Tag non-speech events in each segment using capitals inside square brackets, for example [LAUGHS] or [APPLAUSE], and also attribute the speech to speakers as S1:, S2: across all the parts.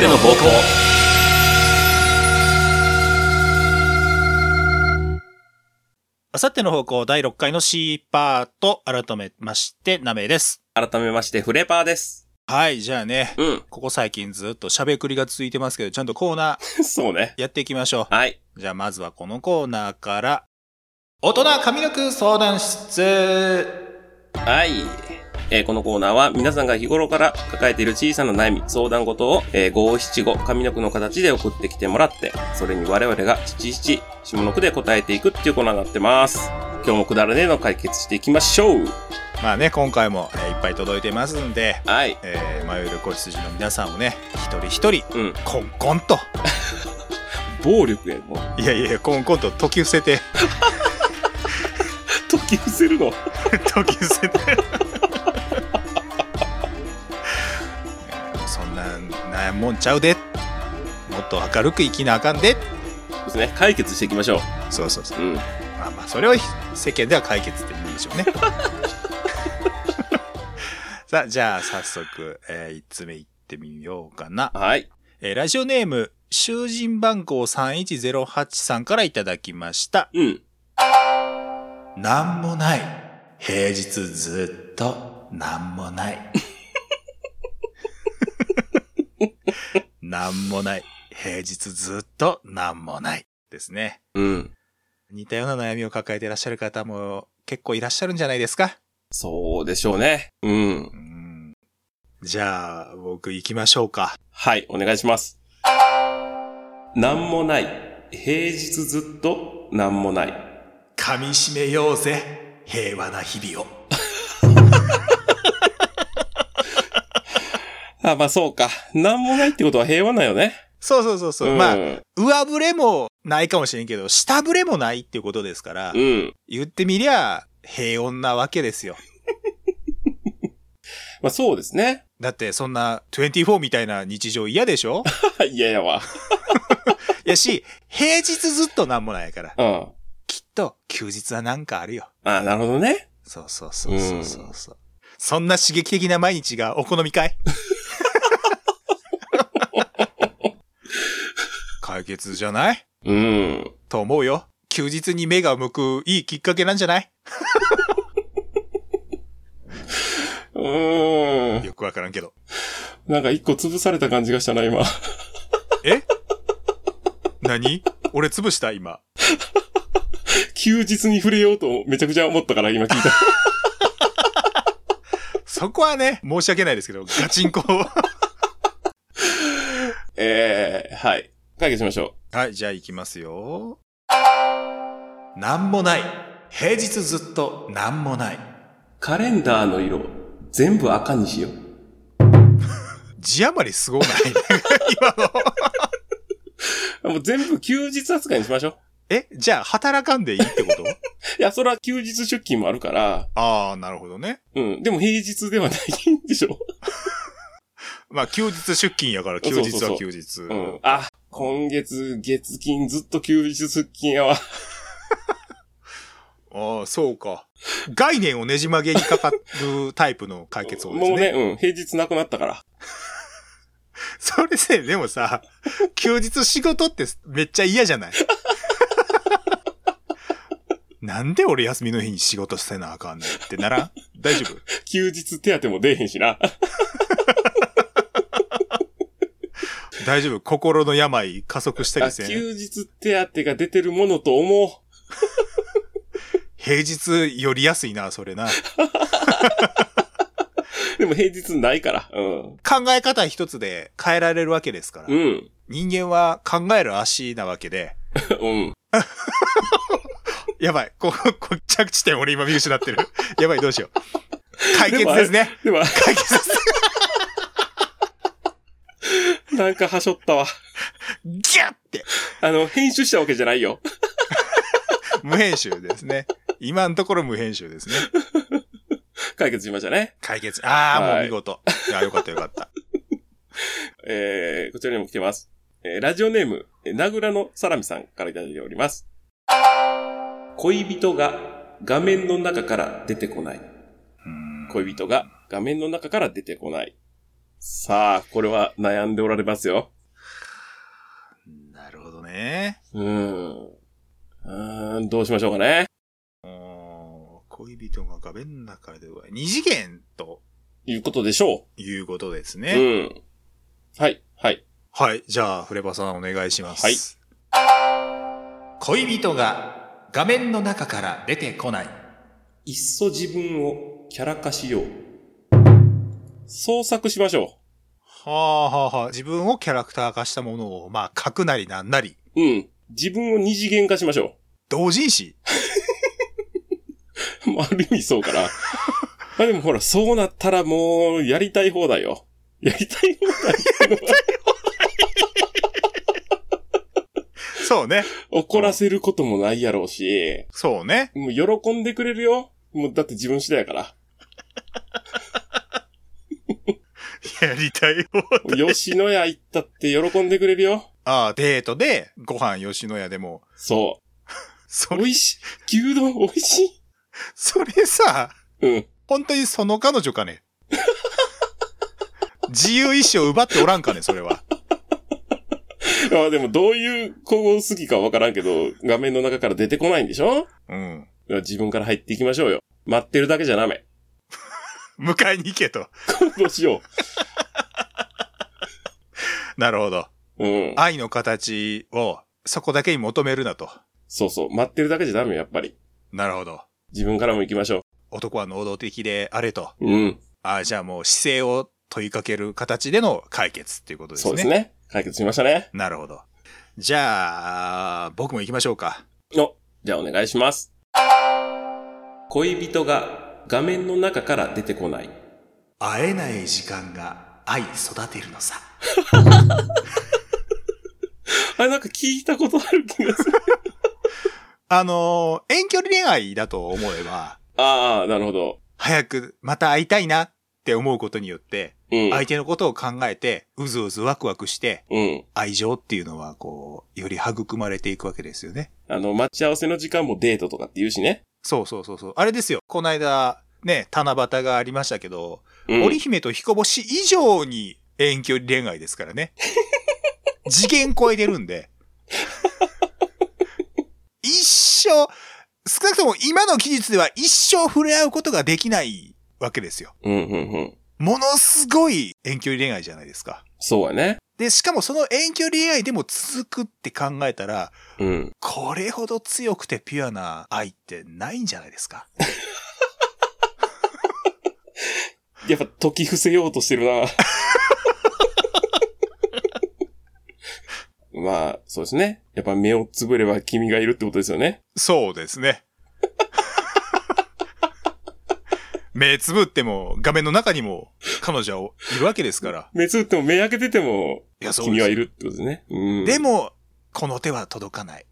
S1: での暴行
S2: あさっての方向第6回の C パート、改めまして、ナメです。
S1: 改めまして、フレパーです。
S2: はい、じゃあね、
S1: うん。
S2: ここ最近ずっと喋くりが続いてますけど、ちゃんとコーナ
S1: [LAUGHS]
S2: ー
S1: そうね。
S2: やっていきましょ
S1: はい。
S2: う。 [LAUGHS] じゃあまずはこのコーナーから、大人髪の毛相談室
S1: はい。えーこのコーナーは皆さんが日頃から抱えている小さな悩み、相談事を、えー、五七五、上の句の形で送ってきてもらって、それに我々が七七、下の句で答えていくっていうコーナーになってます。今日もくだらねえの解決していきましょう。
S2: まあね、今回も、えーいっぱい届いてますんで、
S1: はい。
S2: えー、迷える子羊の皆さんをね、一人一人、
S1: うん。
S2: コンコンと、
S1: 暴力や、もう。
S2: いやいや、コンコンと解き伏せて、
S1: 解き伏せるの。
S2: 解き伏せて。 [LAUGHS] そんな悩むもんちゃうで。もっと明るく生きなあかんで。
S1: そうですね。解決していきましょ
S2: そうそうそう
S1: う。。うん。
S2: まあまあ、それを世間では解決って言うんでしょうね。 [LAUGHS] さあ、じゃあ早速、え1つ目いってみようかな。
S1: はい。
S2: えーラジオネーム、囚人番号3108さんからいただきました。
S1: うん。
S2: なんもない。平日ずっとなんもない。なんもない。平日ずっとなんもない。ですね。
S1: うん。
S2: 似たような悩みを抱えていらっしゃる方も結構いらっしゃるんじゃないですか
S1: そうでしょうね。うん
S2: う。ん。じゃあ、僕行きましょうか。
S1: はい、お願いします。なんもない。平日ずっとなんもない。
S2: 噛み締めようぜ。平和な日々を。
S1: あ、まあそうか。なんもないってことは平和なんよね。
S2: そうそうそうそう。
S1: ん、
S2: まあ
S1: う、ん。
S2: 上振れもないかもしれんけど、下振れもないっていうことですから、言ってみりゃ平穏なわけですよ。
S1: まあそうですね。
S2: だってそんな24みたいな日常嫌でしょ
S1: 嫌やわ。
S2: やし、平日ずっとなんもないから、
S1: うん。
S2: きっと休日はなんかあるよ。
S1: あなるほどね。
S2: そうそうそうそうそうそう。そんな刺激的な毎日がお好みかい解決じゃない
S1: うん。
S2: と思うよ。休日に目が向くいいきっかけなんじゃないう
S1: ーん。
S2: よくわからんけど。
S1: なんか一個潰された感じがしたな、今。 [LAUGHS]
S2: え何俺潰した今。
S1: 休日に触れようとめちゃくちゃ思ったから、今聞い
S2: [LAUGHS]
S1: た。
S2: そこはね、申し訳ないですけど、ガチンコ。
S1: ええー、はい。解決しましょ
S2: [LAUGHS] はい、じゃあ行きますよ。なんもない。平日ずっとなんもない。
S1: う。カレンダーの色、全部赤にしよう。
S2: 字余りすごない [LAUGHS] 今の。
S1: あもう全部休日扱いにしましょう。
S2: え、じゃあ働かんでいいって
S1: [LAUGHS]
S2: こと
S1: いや、それは休日出勤もあるから、
S2: ああ、なるほどね。
S1: うん。でも平日ではないんでしょ。
S2: まあ休日出勤やから休日は休日。
S1: うん。あ、今月、月金ずっと休日出勤やわ。
S2: ああ、そうか。概念をねじ曲げにかかるタイプの解決法ですね。
S1: もうね、うん。平日なくなったから。
S2: [LAUGHS] それせ、でもさ、休日仕事ってめっちゃ嫌じゃない [LAUGHS] なんで俺休みの日に仕事せなあかんねんってならん大丈夫
S1: 休日手当も出えへんしな。
S2: 大丈夫心の病加速した
S1: あ
S2: りせん
S1: 休日手当が出てるものと思う。
S2: 平日より安いな、それな。
S1: でも平日ないから。うん。
S2: 考え方一つで変えられるわけですから。
S1: うん。
S2: 人間は考える足なわけで。
S1: うん。
S2: やばい。ここ、こ着地点俺今見失ってる。やばい、どうしよう。解決ですね。
S1: でも、
S2: 解決です。
S1: なんかはしょったわ。
S2: ギャッて。
S1: あの、編集したわけじゃないよ。
S2: 無編集ですね。今のところ無編集ですね。
S1: 解決しましたね。
S2: 解決。ああ、
S1: はい
S2: もう見事。いや、よかったよかった。
S1: えー、こちらにも来てます。えー、ラジオネーム、えーなぐらのさらみさんからいただいております。恋人が画面の中から出てこない。恋人が画面の中から出てこない。さあ、これは悩んでおられますよ。
S2: ね。
S1: うん。うーん、どうしましょうかね。
S2: うーん恋人が画面の中では二次元と
S1: いうことでしょ
S2: いうことです
S1: う。
S2: ね。
S1: うん。はい、はい。
S2: はい。じゃあ、フレバさんお願いします。
S1: はい
S2: 恋人が画面の中から出てこない。
S1: いっそ自分をキャラ化しよう。創作しましょ
S2: はあはあはあ。自分をキャラクター化したものを、まあ、書くなりなんなり。
S1: う。うん。自分を二次元化しましょ
S2: 同人誌
S1: [LAUGHS] う。もうある意味そうかな。まあでもほら、そうなったらもう、やりたい放題よ。やりたい放題 [LAUGHS]
S2: そうね。
S1: 怒らせることもないやろうし、
S2: そうね。
S1: もう喜んでくれるよ。もうだって自分次第やから。
S2: やりたいよ。
S1: 吉野家行ったって喜んでくれるよ。
S2: ああ、デートで、ご飯吉野家でも。
S1: そ。
S2: そうれ、
S1: 美味しい。牛丼美味しい。
S2: それさ、
S1: うん。
S2: 本当にその彼女かね自由意志を奪っておらんかねそれは。
S1: まあでもどういう子を好きかわからんけど、画面の中から出てこないんでしょ
S2: うん。
S1: 自分から入っていきましょうよ。待ってるだけじゃダメ。 [LAUGHS]
S2: 迎えに行けと。
S1: どうしよ
S2: なるほど。
S1: う。うん。
S2: 愛の形をそこだけに求めるなと。
S1: そうそう。待ってるだけじゃダメよ、やっぱり。
S2: なるほど。
S1: 自分からも行きましょ
S2: 男は能動的であれと。
S1: う。うん。
S2: ああ、じゃあもう姿勢を問いかける形での解決っていうことですね。
S1: そうですね。解決しましたね。
S2: なるほど。じゃあ、僕も行きましょうか。
S1: の、じゃあお願いします。恋人が画面の中から出てこない。
S2: 会えない時間が愛育てるのさ。
S1: あれなんか聞いたことある気がする。
S2: あのー遠距離恋愛だと思えば、
S1: [LAUGHS] ああ、なるほど。
S2: 早くまた会いたいなって思うことによって、
S1: うん。
S2: 相手のことを考えて、うずうずワクワクして、
S1: うん。
S2: 愛情っていうのはこう、より育まれていくわけですよね。
S1: あの、待ち合わせの時間もデートとかって言うしね。
S2: そうそうそうそう。あれですよ。この間、ね、七夕がありましたけど、
S1: うん。
S2: 織姫と彦星以上に遠距離恋愛ですか
S1: [LAUGHS]
S2: らね。次元超えてるんで。一生、少なくとも今の技術では一生触れ合うことができないわけですよ。
S1: うん、うん、うん。
S2: ものすごい遠距離恋愛じゃないですか。
S1: そうやね。
S2: で、しかもその遠距離恋愛でも続くって考えたら、
S1: うん。
S2: これほど強くてピュアな愛ってないんじゃないですか。
S1: やっぱ解き伏せようとしてる [LAUGHS] な。まあ、そうですね。やっぱ目をつぶれば君がいるってことですよね。
S2: そうですね。 [LAUGHS] 目つぶっても画面の中にも彼女はいるわけですから。
S1: 目つぶっても目開けてても
S2: いや、そう
S1: 君
S2: で
S1: はい
S2: す。
S1: るってことですね。うん。
S2: でも、この手は届かない。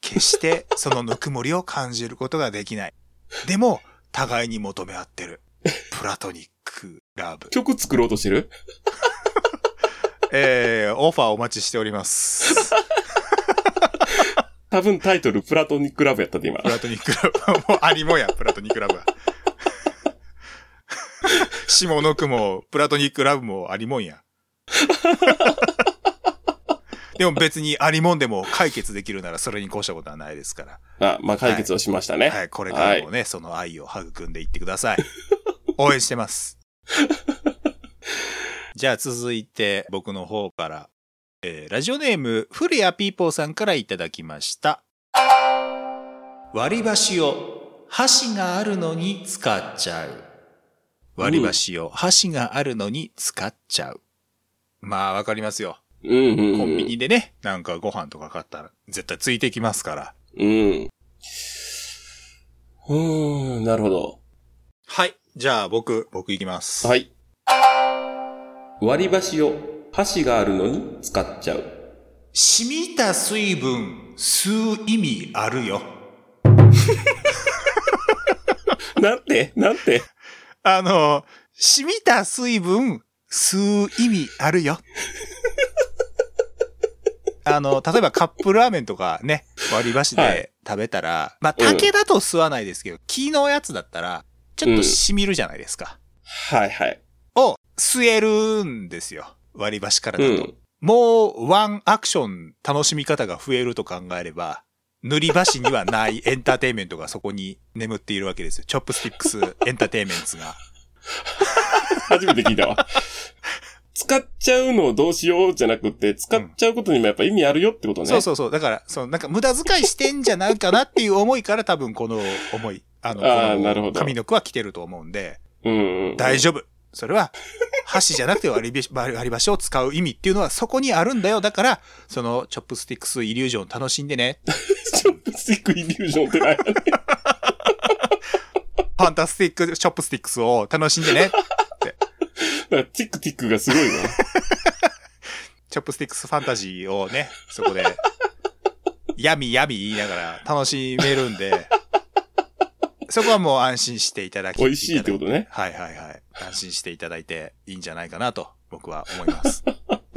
S2: 決してそのぬくもりを感じることができない。でも、互いに求め合ってる。プラトニックラブ。
S1: 曲作ろうとしてる
S2: えー、オファーお待ちしております。
S1: 多分タイトルプラトニックラブやったで今
S2: プ。ラトニックラブはもうありもや、プラトニックラブは。下の句も、プラトニックラブもありもんや。でも別にありもんでも解決できるならそれに越したことはないですか
S1: あ、まあ解決をしましたね。
S2: ら。はい、これからもね、その愛を育んでいってくだ [LAUGHS] さい。応援してます。じゃあ続いて僕の方から、えーラジオネーム、古谷ピーポーさんからいただきました。割り箸を箸があるのに使っちゃう。割り箸を箸があるのに使っちゃう。まあわかりますよ。
S1: うんうん、うん。
S2: コンビニでね、なんかご飯とか買ったら絶対ついてきますから。
S1: うん。うーん、なるほど。
S2: はい。じゃあ僕、僕行きます。
S1: はい。割り箸を箸があるのに使っちゃう。
S2: 染みた水分、吸う意味あるよ。
S1: なんてなんて
S2: あの、染みた水分、吸う意味ある [LAUGHS] よ。あの、例えばカップラーメンとかね、割り箸
S1: はい
S2: で食べたら、まあ、
S1: うん
S2: 竹だと吸わないですけど、木のやつだったら、ちょっと染みるじゃないですか。
S1: はいはい。
S2: を吸えるんですよ。割り箸からだ
S1: う
S2: と。
S1: ん。
S2: もうワンアクション楽しみ方が増えると考えれば、塗り箸に
S1: [LAUGHS]
S2: はないエンターテインメントがそこに眠っているわけですよ。チョップスティックスエンターテインメントが。
S1: 初めて聞いた
S2: [LAUGHS]
S1: わ。使っちゃうのをどうしようじゃなくて、使っちゃうことにもやっぱ意味あるよってことね。
S2: そうそうそう。だから、そのなんか無駄遣いしてんじゃないかなっていう思いから多分この思い、あの、
S1: あーなる
S2: こ
S1: ほ
S2: の
S1: ど
S2: 神の句は来てると思うんで、
S1: う。うん、うん。
S2: 大丈夫。それは、箸じゃなくて割り箸割割り箸を使う意味っていうのはそこにあるんだよ。だから、その、チョップスティックスイリュージョン楽しんでね。
S1: [LAUGHS] チョップスティックイリュージョンってない。
S2: ファンタスティックチョップスティックスを楽しんでね。
S1: なんかティックティックがす
S2: [LAUGHS]
S1: ごいな。
S2: チョップスティックスファンタジーをね、 [LAUGHS] そこで、やみやみ言いながら楽しめるんで、 [LAUGHS] そこはもう安心していただき
S1: 美味しいってことね。
S2: はいはいはい。安心していただいていいんじゃないかなと、僕は思
S1: [LAUGHS]
S2: います。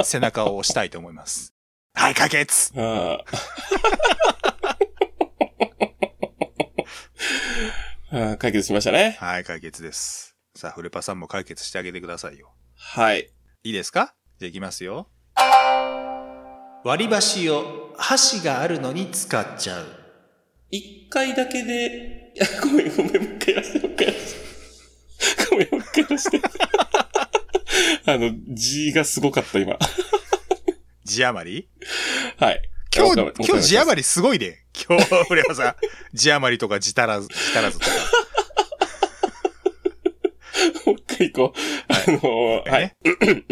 S2: 背中を押したいと思います。はい、解決
S1: あ [LAUGHS] あ。ああ解決しましたね。
S2: はい、解決です。さあ、フレパさんも解決してあげてくださいよ。
S1: はい。
S2: いいですかじゃあ行きますよ。割り箸を箸があるのに使っちゃう。
S1: 一回だけで、 [LAUGHS] いやごめんごめん、もう一回やらせて、もう [LAUGHS] 一回やらせて。ごめん、もう一回やらせて。 [LAUGHS] あの、字がすごかった、今。
S2: 字余り
S1: はい。
S2: 今
S1: あ
S2: 日
S1: もう一、回
S2: 今日字
S1: もう一回やらせて
S2: 余りすごいね。今日、フレパ [LAUGHS] さん。字余りとか字足らず、字足らずとか。
S1: もう一回行こう。あのー、はい。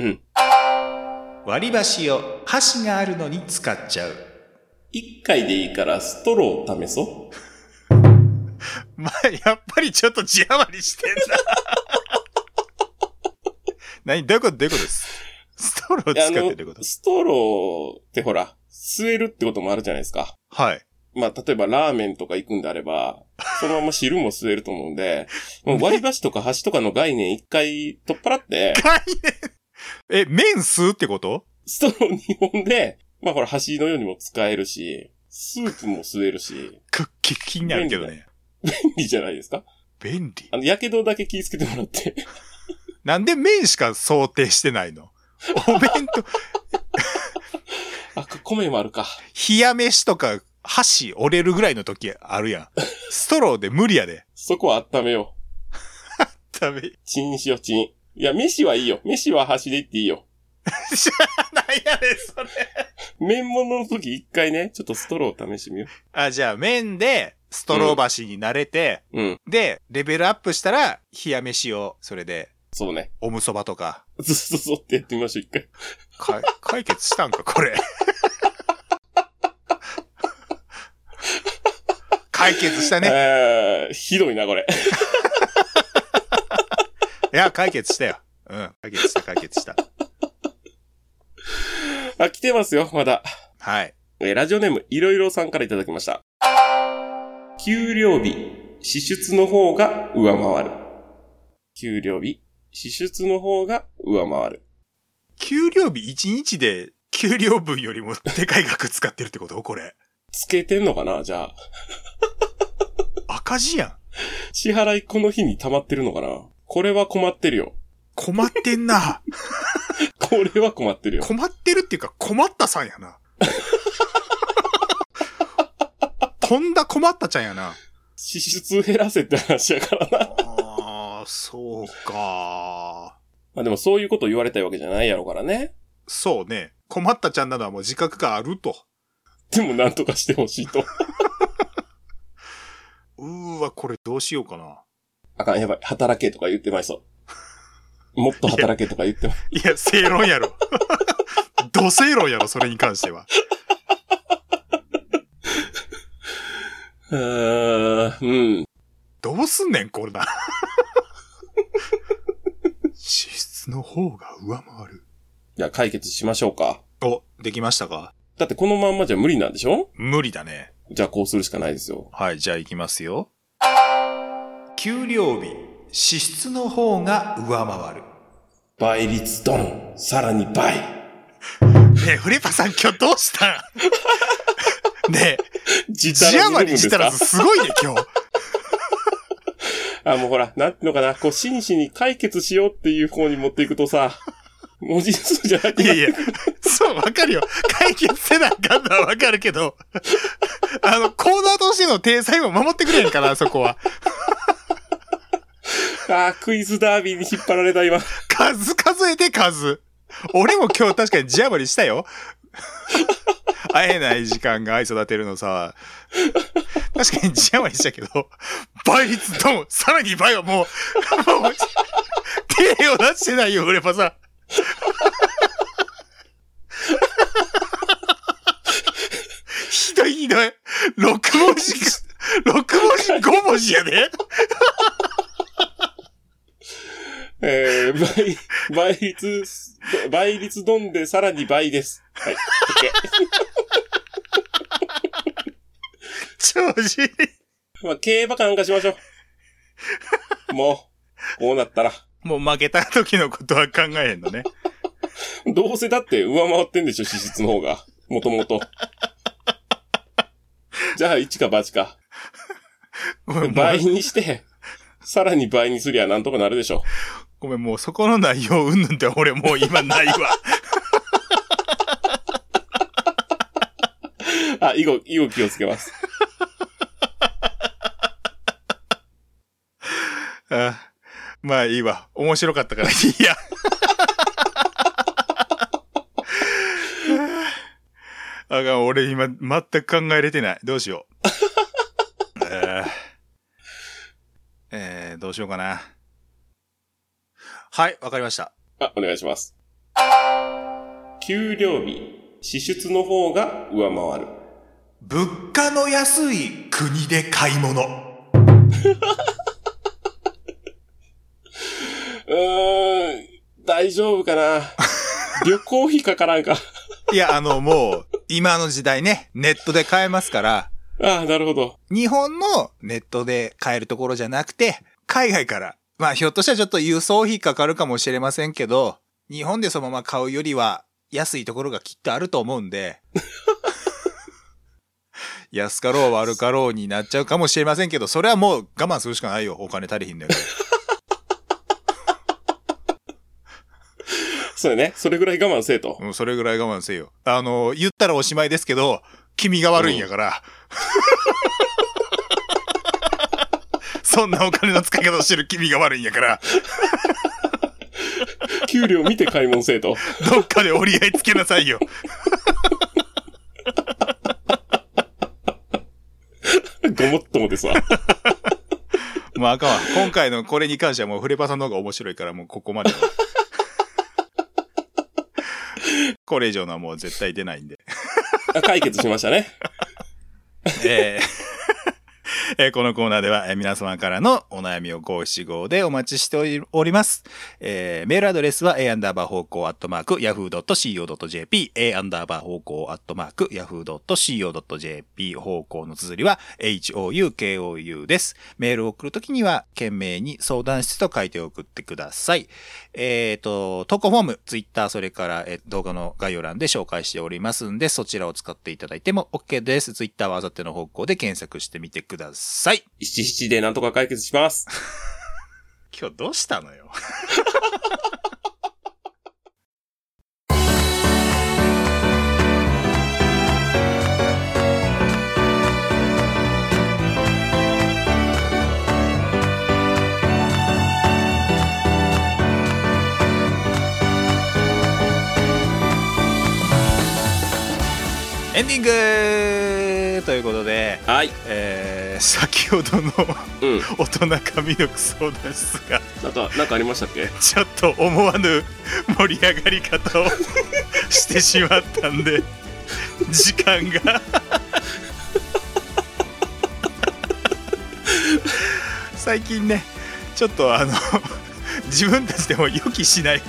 S2: ね割り箸を箸があるのに使っちゃう。
S1: 一回でいいからストロー試そ
S2: まあ、やっぱりちょっと字余りしてんな。 [LAUGHS] 何どういうことどういうことですストロー
S1: う。いやあ
S2: 使って
S1: の
S2: るってこと
S1: ストローってほら、吸えるってこともあるじゃないですか。
S2: はい。
S1: まあ、例えばラーメンとか行くんであれば、そのまま汁も吸えると思うん
S2: [LAUGHS]
S1: で、もう割り箸とか箸とかの概念一回取っ払って、
S2: 概念え、麺吸うってこと
S1: ストロー2本で、まあほら、箸のようにも使えるし、スープも吸えるし、
S2: クッキー気になるけどね。
S1: いいじゃないですか
S2: 便利
S1: あ。の、やけどだけ気をつけてもらって。 [LAUGHS]
S2: なんで麺しか想定してないのお弁当、
S1: あ、米もあるか。
S2: 冷や飯とか箸折れるぐらいの時あるや [LAUGHS] ん。ストローで無理やで。
S1: そこは温めよう。
S2: ダメ。
S1: チンしよう、チン。いや、飯はいいよ。飯は箸でいっていいよ。
S2: 知らないやで、それ。
S1: 麺物の時一回ね、ちょっとストロー試してみよ
S2: あ、じゃあ麺でストロー箸になれて、
S1: う。うん。
S2: で、レベルアップしたら、冷や飯を、それで、
S1: そうね。
S2: おむそばとか、
S1: ずっとそうってやってみましょう、一回。
S2: [LAUGHS] か解決したんか、これ。解決したね。
S1: えー、ひどいな、これ。
S2: いや、解決したよ。うん、解決した、解決した。
S1: あ、来てますよ、まだ。
S2: はい。
S1: えーラジオネーム、いろいろさんからいただきました。給料日、支出の方が上回る。給料日、支出の方が上回る。
S2: 給料日1日で、給料分よりもでかい額使ってるってことこれ。
S1: つけてんのかなじゃあ。
S2: 赤字やん。
S1: 支払いこの日に溜まってるのかなこれは困ってるよ。
S2: 困ってんな。
S1: これは困ってるよ。
S2: 困ってるっていうか、困ったさんやな。とんだ困ったちゃんやな。
S1: 支出減らせって話やからな。
S2: ああ、そうか。
S1: まあでもそういうこと言われたいわけじゃないやろからね。
S2: そうね。困ったちゃんなのはもう自覚があると。
S1: でもなんとかしてほしいと。
S2: うーわ、これどうしようかな。
S1: あかん、やばい。働けとか言ってまい [LAUGHS] そう。もっと働けとか言ってまい
S2: いや、正論やろ。 [LAUGHS] ど正論やろ、それに関しては。
S1: うーん。うん。
S2: どうすんねん、これな。 [LAUGHS] 支出の方が上回る。
S1: じゃあ解決しましょうか。
S2: お、できましたか
S1: だってこのまんまじゃ無理なんでしょ
S2: 無理だね。
S1: じゃあこうするしかないですよ。
S2: はい、じゃあ行きますよ。給料日、支出の方が上回る。
S1: 倍率ドンさらに倍
S2: ねえ、フレパさん今日どうしたん [LAUGHS] ねえ、
S1: 自
S2: 字余りしたらずすごいね、今日。
S1: あ、もうほら、なんていうのかな、こう真摯に解決しようっていう方に持っていくとさ、文字数じゃなく
S2: い
S1: て
S2: やいや、そう、わかるよ。解決せなあかんのはわかるけど、あの、コーナーとしての体裁を守ってくれへんから、そこは。
S1: あークイズダービーに引っ張られた今。
S2: 数数えて数。俺も今日確かにジャブリしたよ。 [LAUGHS] 会えない時間が愛育てるのさ。確かにジャブリしたけど、倍率ドンさらに倍はもう、もう、手を出してないよ、俺はさ。 [LAUGHS] ひどいひどい。6文字、6文字5文字やで。
S1: えー、倍、倍率、倍率どんでさらに倍です。はい。
S2: 超人。
S1: OK。まあ、競馬感化しましょう。もう、こうなったら。
S2: もう負けた時のことは考えへんのね。
S1: どうせだって上回ってんでしょ、資質の方が。もともと。じゃあ、1か8か。
S2: ごめんもう
S1: 倍にして、さらに倍にすりゃなんとかなるでしょ。
S2: ごめん、もうそこの内容うんぬんって俺もう今ない [LAUGHS] わ。
S1: あ、以後、以後気をつけます。
S2: あまあいいわ。面白かった [LAUGHS] からいいや。あがん、俺今全く考えれてない。どうしよ [LAUGHS] う。えーえーどうしようかな。はい、わかりました。
S1: あ、お願いします。給料日、支出の方が上回る。
S2: 物価の安い国で買い物。
S1: うーん、大丈夫かな旅行費かからんか。
S2: いや、あの、もう、今の時代ね、ネットで買えますから、
S1: ああ、なるほど。
S2: 日本のネットで買えるところじゃなくて、海外から。まあ、ひょっとしたらちょっと輸送費かかるかもしれませんけど、日本でそのまま買うよりは、安いところがきっとあると思うんで、 [LAUGHS] 安かろう悪かろうになっちゃうかもしれませんけど、それはもう我慢するしかないよ。お金足りひんだけど。
S1: そうね。それぐらい我慢せえと。
S2: うん、それぐらい我慢せよ。あの、言ったらおしまいですけど、君が悪いんやから。 [LAUGHS] そんなお金の使い方をしてる君が悪いんやから、
S1: 給料見て買い物せえと。
S2: どっかで折り合いつけなさいよ。 [LAUGHS]
S1: ごもっともですわ。 [LAUGHS]
S2: もうあかんわ。今回のこれに関してはもうフレパさんの方が面白いから、もうここまで。これ以上のはもう絶対出ないんで。
S1: あ解決しましたね。
S2: えー [LAUGHS] えーこのコーナーではえー皆様からのお悩みを5、7、5でお待ちしておりおります。えーメールアドレスは a アンダーバー方向アットマーク yahoo.co.jp a アンダーバー方向アットマーク yahoo.co.jp 方向の綴りは houkou です。メールを送るときには懸命に相談室と書いて送ってください。えっ、と、投稿フォーム、ツイッター、それから、えー動画の概要欄で紹介しておりますんで、そちらを使っていただいても OK です。ツイッターはあさっての方向で検索してみてください。
S1: 七七でなんとか解決します。
S2: 今日どうしたのよ。エンディングということで、
S1: はい。
S2: えー先ほどの
S1: うん。
S2: 大人髪のクソですが
S1: なんか、なんかありましたっけ
S2: ちょっと思わぬ盛り上がり方をしてしまったんで時間が最近ねちょっとあの自分たちでも予期しない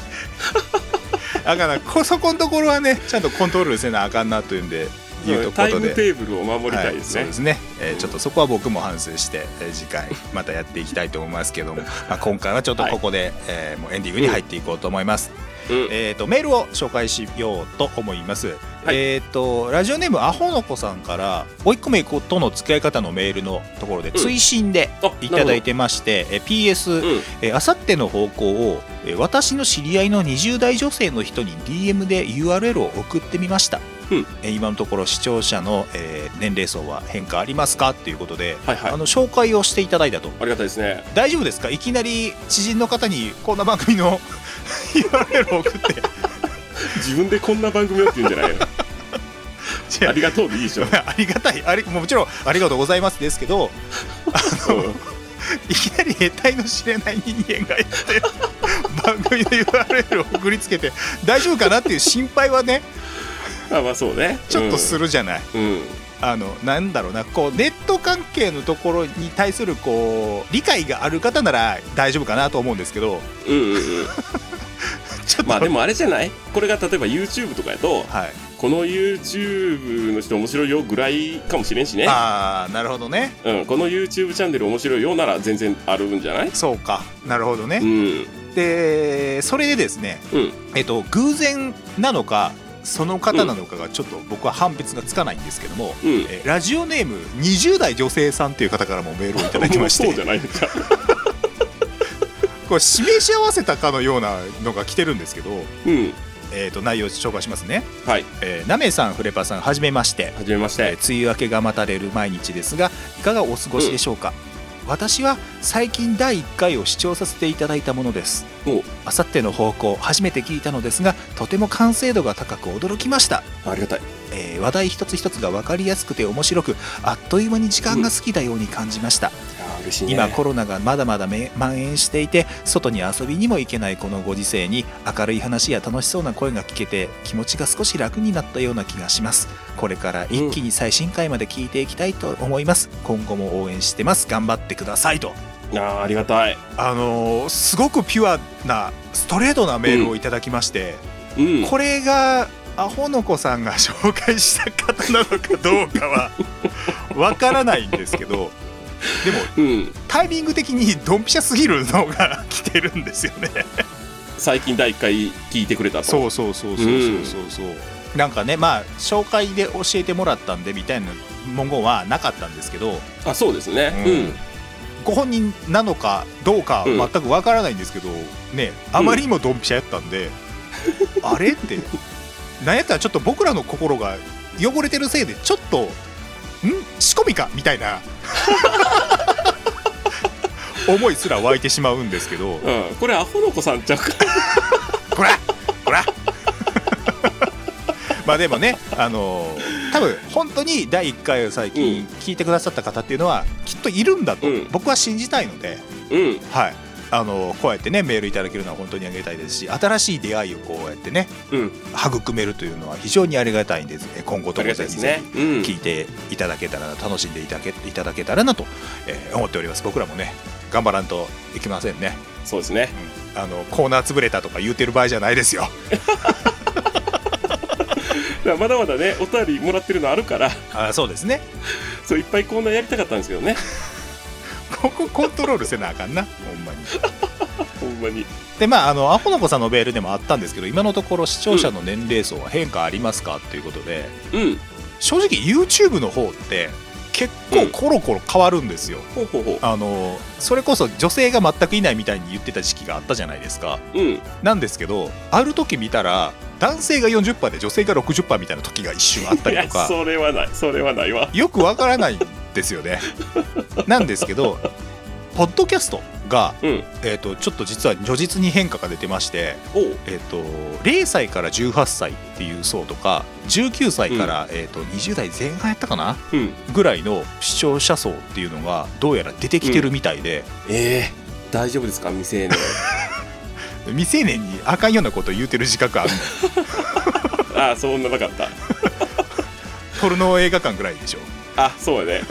S2: だからこそこのところはねちゃんとコントロールせなあかんなというんでいうとこ
S1: タイ
S2: ろ
S1: ム
S2: で。
S1: テーブルを守りたいですね。
S2: はい、そうですね、えーちょっとそこは僕も反省して、えー次回またやっていきたいと
S1: [LAUGHS]
S2: 思いますけども、まあ、今回はちょっとここで、えーもうエンディングに入っていこうと思います、
S1: うん。
S2: えー、とメールを紹介しようと思います、
S1: はい
S2: えっ、とラジオネームアホの子さんから追い込めいことの付き合い方のメールのところで
S1: ん
S2: 追伸で
S1: あ、
S2: いただい
S1: て。
S2: てまして、え PS
S1: うん。
S2: えーあさっての方向をえー私の知り合いの20代女性の人に DM で URL を送ってみました、
S1: うん
S2: えー今のところ視聴者の、えー年齢層は変化ありますかということで、
S1: はいはい
S2: あ。の紹介をしていただいたと
S1: ありがたいですね。
S2: 大丈夫ですかいきなり知人の方にこんな番組の [LAUGHS] URL を送って [LAUGHS]
S1: 自分でこんな番組をって言うんじゃないよ。
S2: 違
S1: あ
S2: う
S1: りがとうでいいで
S2: [LAUGHS]
S1: しょ。
S2: ありがたいありもちろんありがとうございますですけど
S1: う
S2: いきなり得体の知れない人間がやって [LAUGHS] 番組の URL を送りつけて大丈夫かなっていう心配はね
S1: んあ、まあそうね。
S2: ちょっとす
S1: る。
S2: るじゃない、
S1: うん。
S2: あのなんだろうなこうネット関係のところに対するこう理解がある方なら大丈夫かなと思うんですけど
S1: うんうんうん。
S2: ちょっと、
S1: まあでもあれじゃないこれが例えば YouTube とかやと、
S2: はい、
S1: この YouTube の人面白いよぐらいかもしれんしね。
S2: ああなるほどね
S1: うん。この YouTube チャンネル面白いよなら全然あるんじゃない
S2: そうかなるほど
S1: う
S2: ね、
S1: ん。
S2: でそれでですね、
S1: うん
S2: えっと、偶然なのかその方なのかがちょっと僕は判別がつかないんですけども、
S1: うん。
S2: えラジオネーム20代女性さんという方からもメールをいただきまし
S1: [LAUGHS] そうじゃ
S2: て
S1: ないですか。
S2: これ示し合わせたかのようなのが来てるんですけど、
S1: うん。
S2: えっと内容を紹介しますね。
S1: はい。
S2: えー、ナメさんフレパさんはじめまして、
S1: はじめまし
S2: えー
S1: て。
S2: 梅雨明けが待たれる毎日ですがいかがお過ごしでしょうか、私は最近第1回を視聴させていただいたものです
S1: お
S2: あさっての方向初めて聞いたのですがとても完成度が高く驚きました、
S1: ありがたい。
S2: えー話題一つ一つが分かりやすくて面白くあっという間に時間が過ぎたように感じました、
S1: あー嬉しいね。
S2: 今コロナがまだまだめ蔓延していて外に遊びにも行けないこのご時世に明るい話や楽しそうな声が聞けて気持ちが少し楽になったような気がしますこれから一気に最新回まで聞いていきたいと思います、今後も応援してます頑張ってくださいと
S1: あーありがたい。
S2: あのーすごくピュアなストレートなメールをいただきまして、
S1: うん。
S2: これがアホの子さんが紹介した方なのかどうかはわからないんですけどでも
S1: うん。
S2: タイミング的にドンピシャすぎるのが来てるんですよね
S1: 最近第一回聞いてくれたと。
S2: そうそうそうそうそうそうそう、なんかねまあ紹介で教えてもらったんでみたいな文言はなかったんですけど
S1: あ、そうですね。
S2: ご本人なのかどうか
S1: うん
S2: 全くわからないんですけど、ねあまりにもドンピシャやったんで、あれってなんやったらちょっと僕らの心が汚れてるせいでちょっとん仕込みかみたいな思いすら湧いてしまうんですけ
S1: う
S2: ど
S1: ん。うん。これアホの子さんちゃうか。
S2: こらこら [LAUGHS] まあでもねあのー多分本当に第1回を最近
S1: うん
S2: 聞いてくださった方っていうのはきっといるんだと
S1: うん
S2: 僕は信じたいので、
S1: うん。
S2: はいあのーこうやってねメールいただけるのは本当にありがたいですし新しい出会いをこうやってね
S1: うん。
S2: 育めるというのは非常にありがたいんですえ今後
S1: [LAUGHS] あ
S2: と
S1: り
S2: も
S1: がた
S2: ぜ
S1: いです
S2: ひぜ
S1: ね。うん
S2: ひ。聞いていただけたらな楽しんでいただけいただけたらなと、えー思っております僕らもね頑張らんといけませんね
S1: そうですね。
S2: あのコーナー潰れたとか言うてる場合じゃないですよ
S1: だからまだまだね、お便りもらってるのあるから、 [LAUGHS]
S2: あそうですね
S1: そういっぱいコーナーやりたかったんですけど [LAUGHS] ね。
S2: ここコントロールせなあかんなほんまに
S1: ほんまに。
S2: でまああのアホの子さんのメールでもあったんですけど今のところ視聴者の年齢層は変化ありますかっていうことで
S1: うん。
S2: 正直 YouTube の方って結構コロコロ変わるんですよ、
S1: ほうほうほう。
S2: あのそれこそ女性が全くいないみたいに言ってた時期があったじゃないですか
S1: うん。
S2: なんですけどある時見たら男性が40%で女性が60%みたいな時が一瞬あった
S1: い
S2: り
S1: や
S2: とか
S1: それはない。それはないわ。
S2: よくわからないんですよねなんですけどポッドキャストが、
S1: うん
S2: えー、とちょっと実は如実に変化が出てまして、
S1: おう。
S2: えー、と0歳から18歳っていう層とか19歳から、えー、と20代前半やったかな
S1: うん。
S2: ぐらいの視聴者層っていうのがどうやら出てきてるみたいで、
S1: ええ大丈夫ですか未成年。
S2: 未成年にあかんようなこと言うてる自
S1: [LAUGHS]
S2: 覚ある
S1: [LAUGHS]
S2: の
S1: ああ、そんななかった。
S2: ポルノ映画館ぐらいでしょ
S1: あ、そうやね。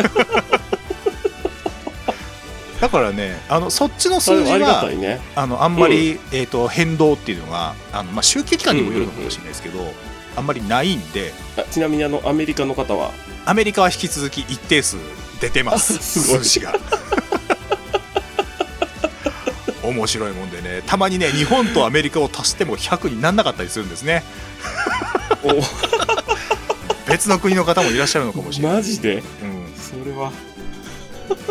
S2: だからねあのそっちの
S1: それ
S2: 数字
S1: ありが
S2: は
S1: たいね。
S2: あのあんまり、えー、と変動っていうのがあの、まあ、集計期間にもよるのかもしれないですけど、あんまりないんで
S1: あちなみにあの、アメリカの方は、
S2: アメリカは引き続き一定数出てます
S1: [LAUGHS] すごい
S2: 数字が面白いもんでねたまにね日本とアメリカを足しても100になんなかったりするんですね
S1: お
S2: 別の国の方もいらっしゃるのかもしれない、
S1: マジで
S2: うん
S1: それは。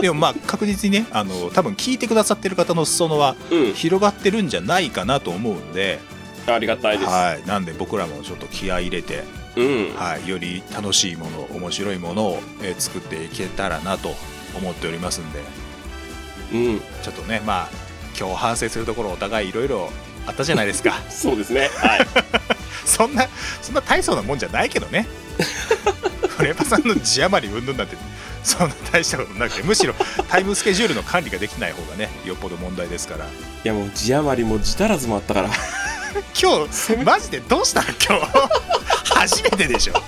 S2: でもまあ確実にねあの多分聞いてくださってる方の裾野は
S1: うん。
S2: 広がってるんじゃないかなと思うんで、
S1: ありがたいです。
S2: はい、なんで僕らもちょっと気合い入れて、
S1: うん。
S2: はい、より楽しいもの面白いものを、えー作っていけたらなと思っておりますんで
S1: うん。
S2: ちょっとねまあ今日反省するところお互いいろいろあったじゃな
S1: [LAUGHS]
S2: いですか
S1: そうですね。はい。
S2: そんなそんな大層なもんじゃないけどねフレパさんの字余り云々なんてそんな大したことなくてむしろタイムスケジュールの管理ができない方がねよっぽど問題ですから
S1: いやもう字余りも字足らずもあったから。
S2: 今日マジでどうしたの今 [LAUGHS] 日初めてでしょ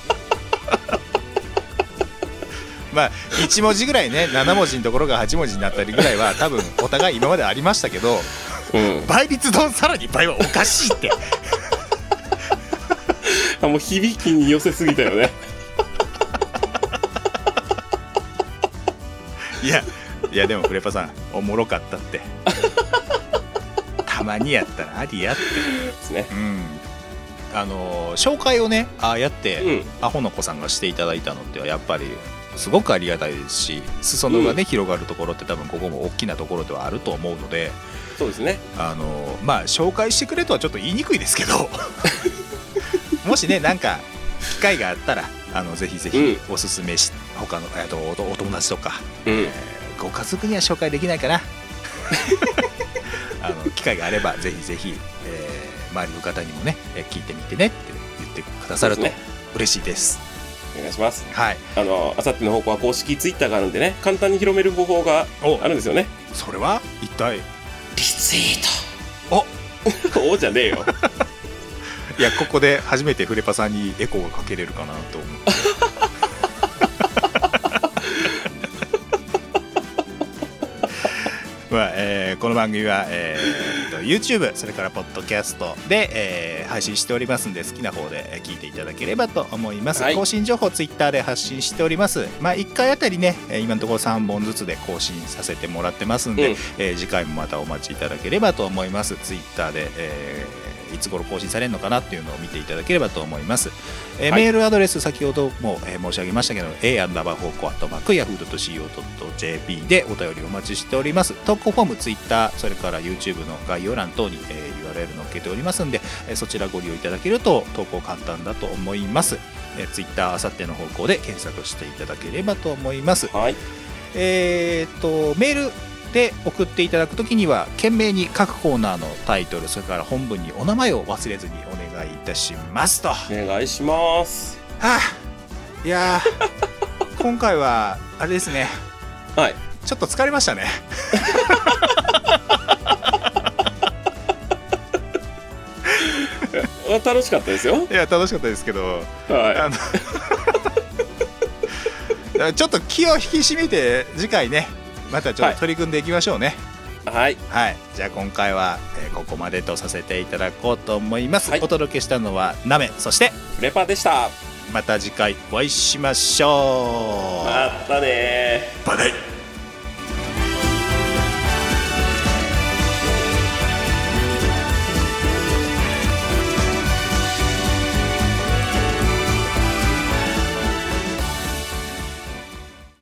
S2: まあ1文字ぐらいね7文字のところが8文字になったりぐらいは多分お互い今までありましたけど
S1: うん。
S2: 倍率のさらに倍はおかしいって
S1: あ、 [LAUGHS] もう響きに寄せすぎたよね。
S2: [LAUGHS] いやいやでもフレパさんおもろかったってたまにやったらありやって
S1: ですね。
S2: うんあの紹介をねああやっ
S1: う
S2: て、
S1: ん。
S2: アホの子さんがしていただいたのってやっぱりすごくありがたいですし裾野がね、広がるところって多分ここも大きなところではあると思うので
S1: そうですね。
S2: あのまあ紹介してくれとはちょっと言いにくいですけ
S1: [LAUGHS]
S2: どもしねなんか機会があったらあのぜひぜひおすすめし、他のえっとおお友達とか、
S1: うん
S2: え。ーご家族には紹介できな
S1: [LAUGHS]
S2: いかなあの機会があればぜひぜひ、えー周りの方にもねえー聞いてみてねって言ってくださると
S1: そうです
S2: 嬉しいです。
S1: お願いします。
S2: はい
S1: あの、あさっての方向は公式ツイッターがあるんでね、簡単に広める方法が
S2: お
S1: あるんですよね。
S2: それは一体
S1: リツイ
S2: お
S1: ー [LAUGHS] ト。おじゃねえよ。
S2: いやここで初めてフレパさんにエコーがかけれるかなと思って [LAUGHS] まあえーこの番組は、えーと YouTube それからポッドキャストで、えー配信しておりますんで好きな方でえー聞いていただければと思います、
S1: はい
S2: 更新情報 Twitter で発信しておりますまあ1回あたりねえー今のところ3本ずつで更新させてもらってますんで、
S1: うん
S2: えー次回もまたお待ちいただければと思います。ツイッターで、えーいつ頃更新されるのかなっていうのを見ていただければと思います。えー
S1: はい
S2: メールアドレス、先ほども、えー申し上げましたけど、a アンダーバー方向アットマーク yahoo.co.jp でお便りお待ちしております。投稿フォーム、ツイッター、それから YouTube の概要欄等に、えー URL 載っけておりますんで、えーそちらご利用いただけると投稿簡単だと思います。えー、ツイッターあさっての方向で検索していただければと思います。
S1: はい。
S2: えー、とメールで送っていただくときには懸命に各コーナーのタイトルそれから本文にお名前を忘れずにお願いいたしますと、は
S1: お願いします。
S2: あ、
S1: [LAUGHS]
S2: いやー今回はあれですね
S1: はい。
S2: ちょっと疲れましたね
S1: 楽しかったですよ。
S2: いや楽しかったですけど
S1: は
S2: あの [LAUGHS] ちょっと気を引き締めて次回ねまたちょっと取り組んでいきましょうね、
S1: い。はい。
S2: はい、じゃあ今回は、えーここまでとさせていただこうと思います、
S1: はい
S2: お届けしたのはナメそして
S1: フレパでした。
S2: また次回お会いしましょう
S1: またねー。
S2: バイバイ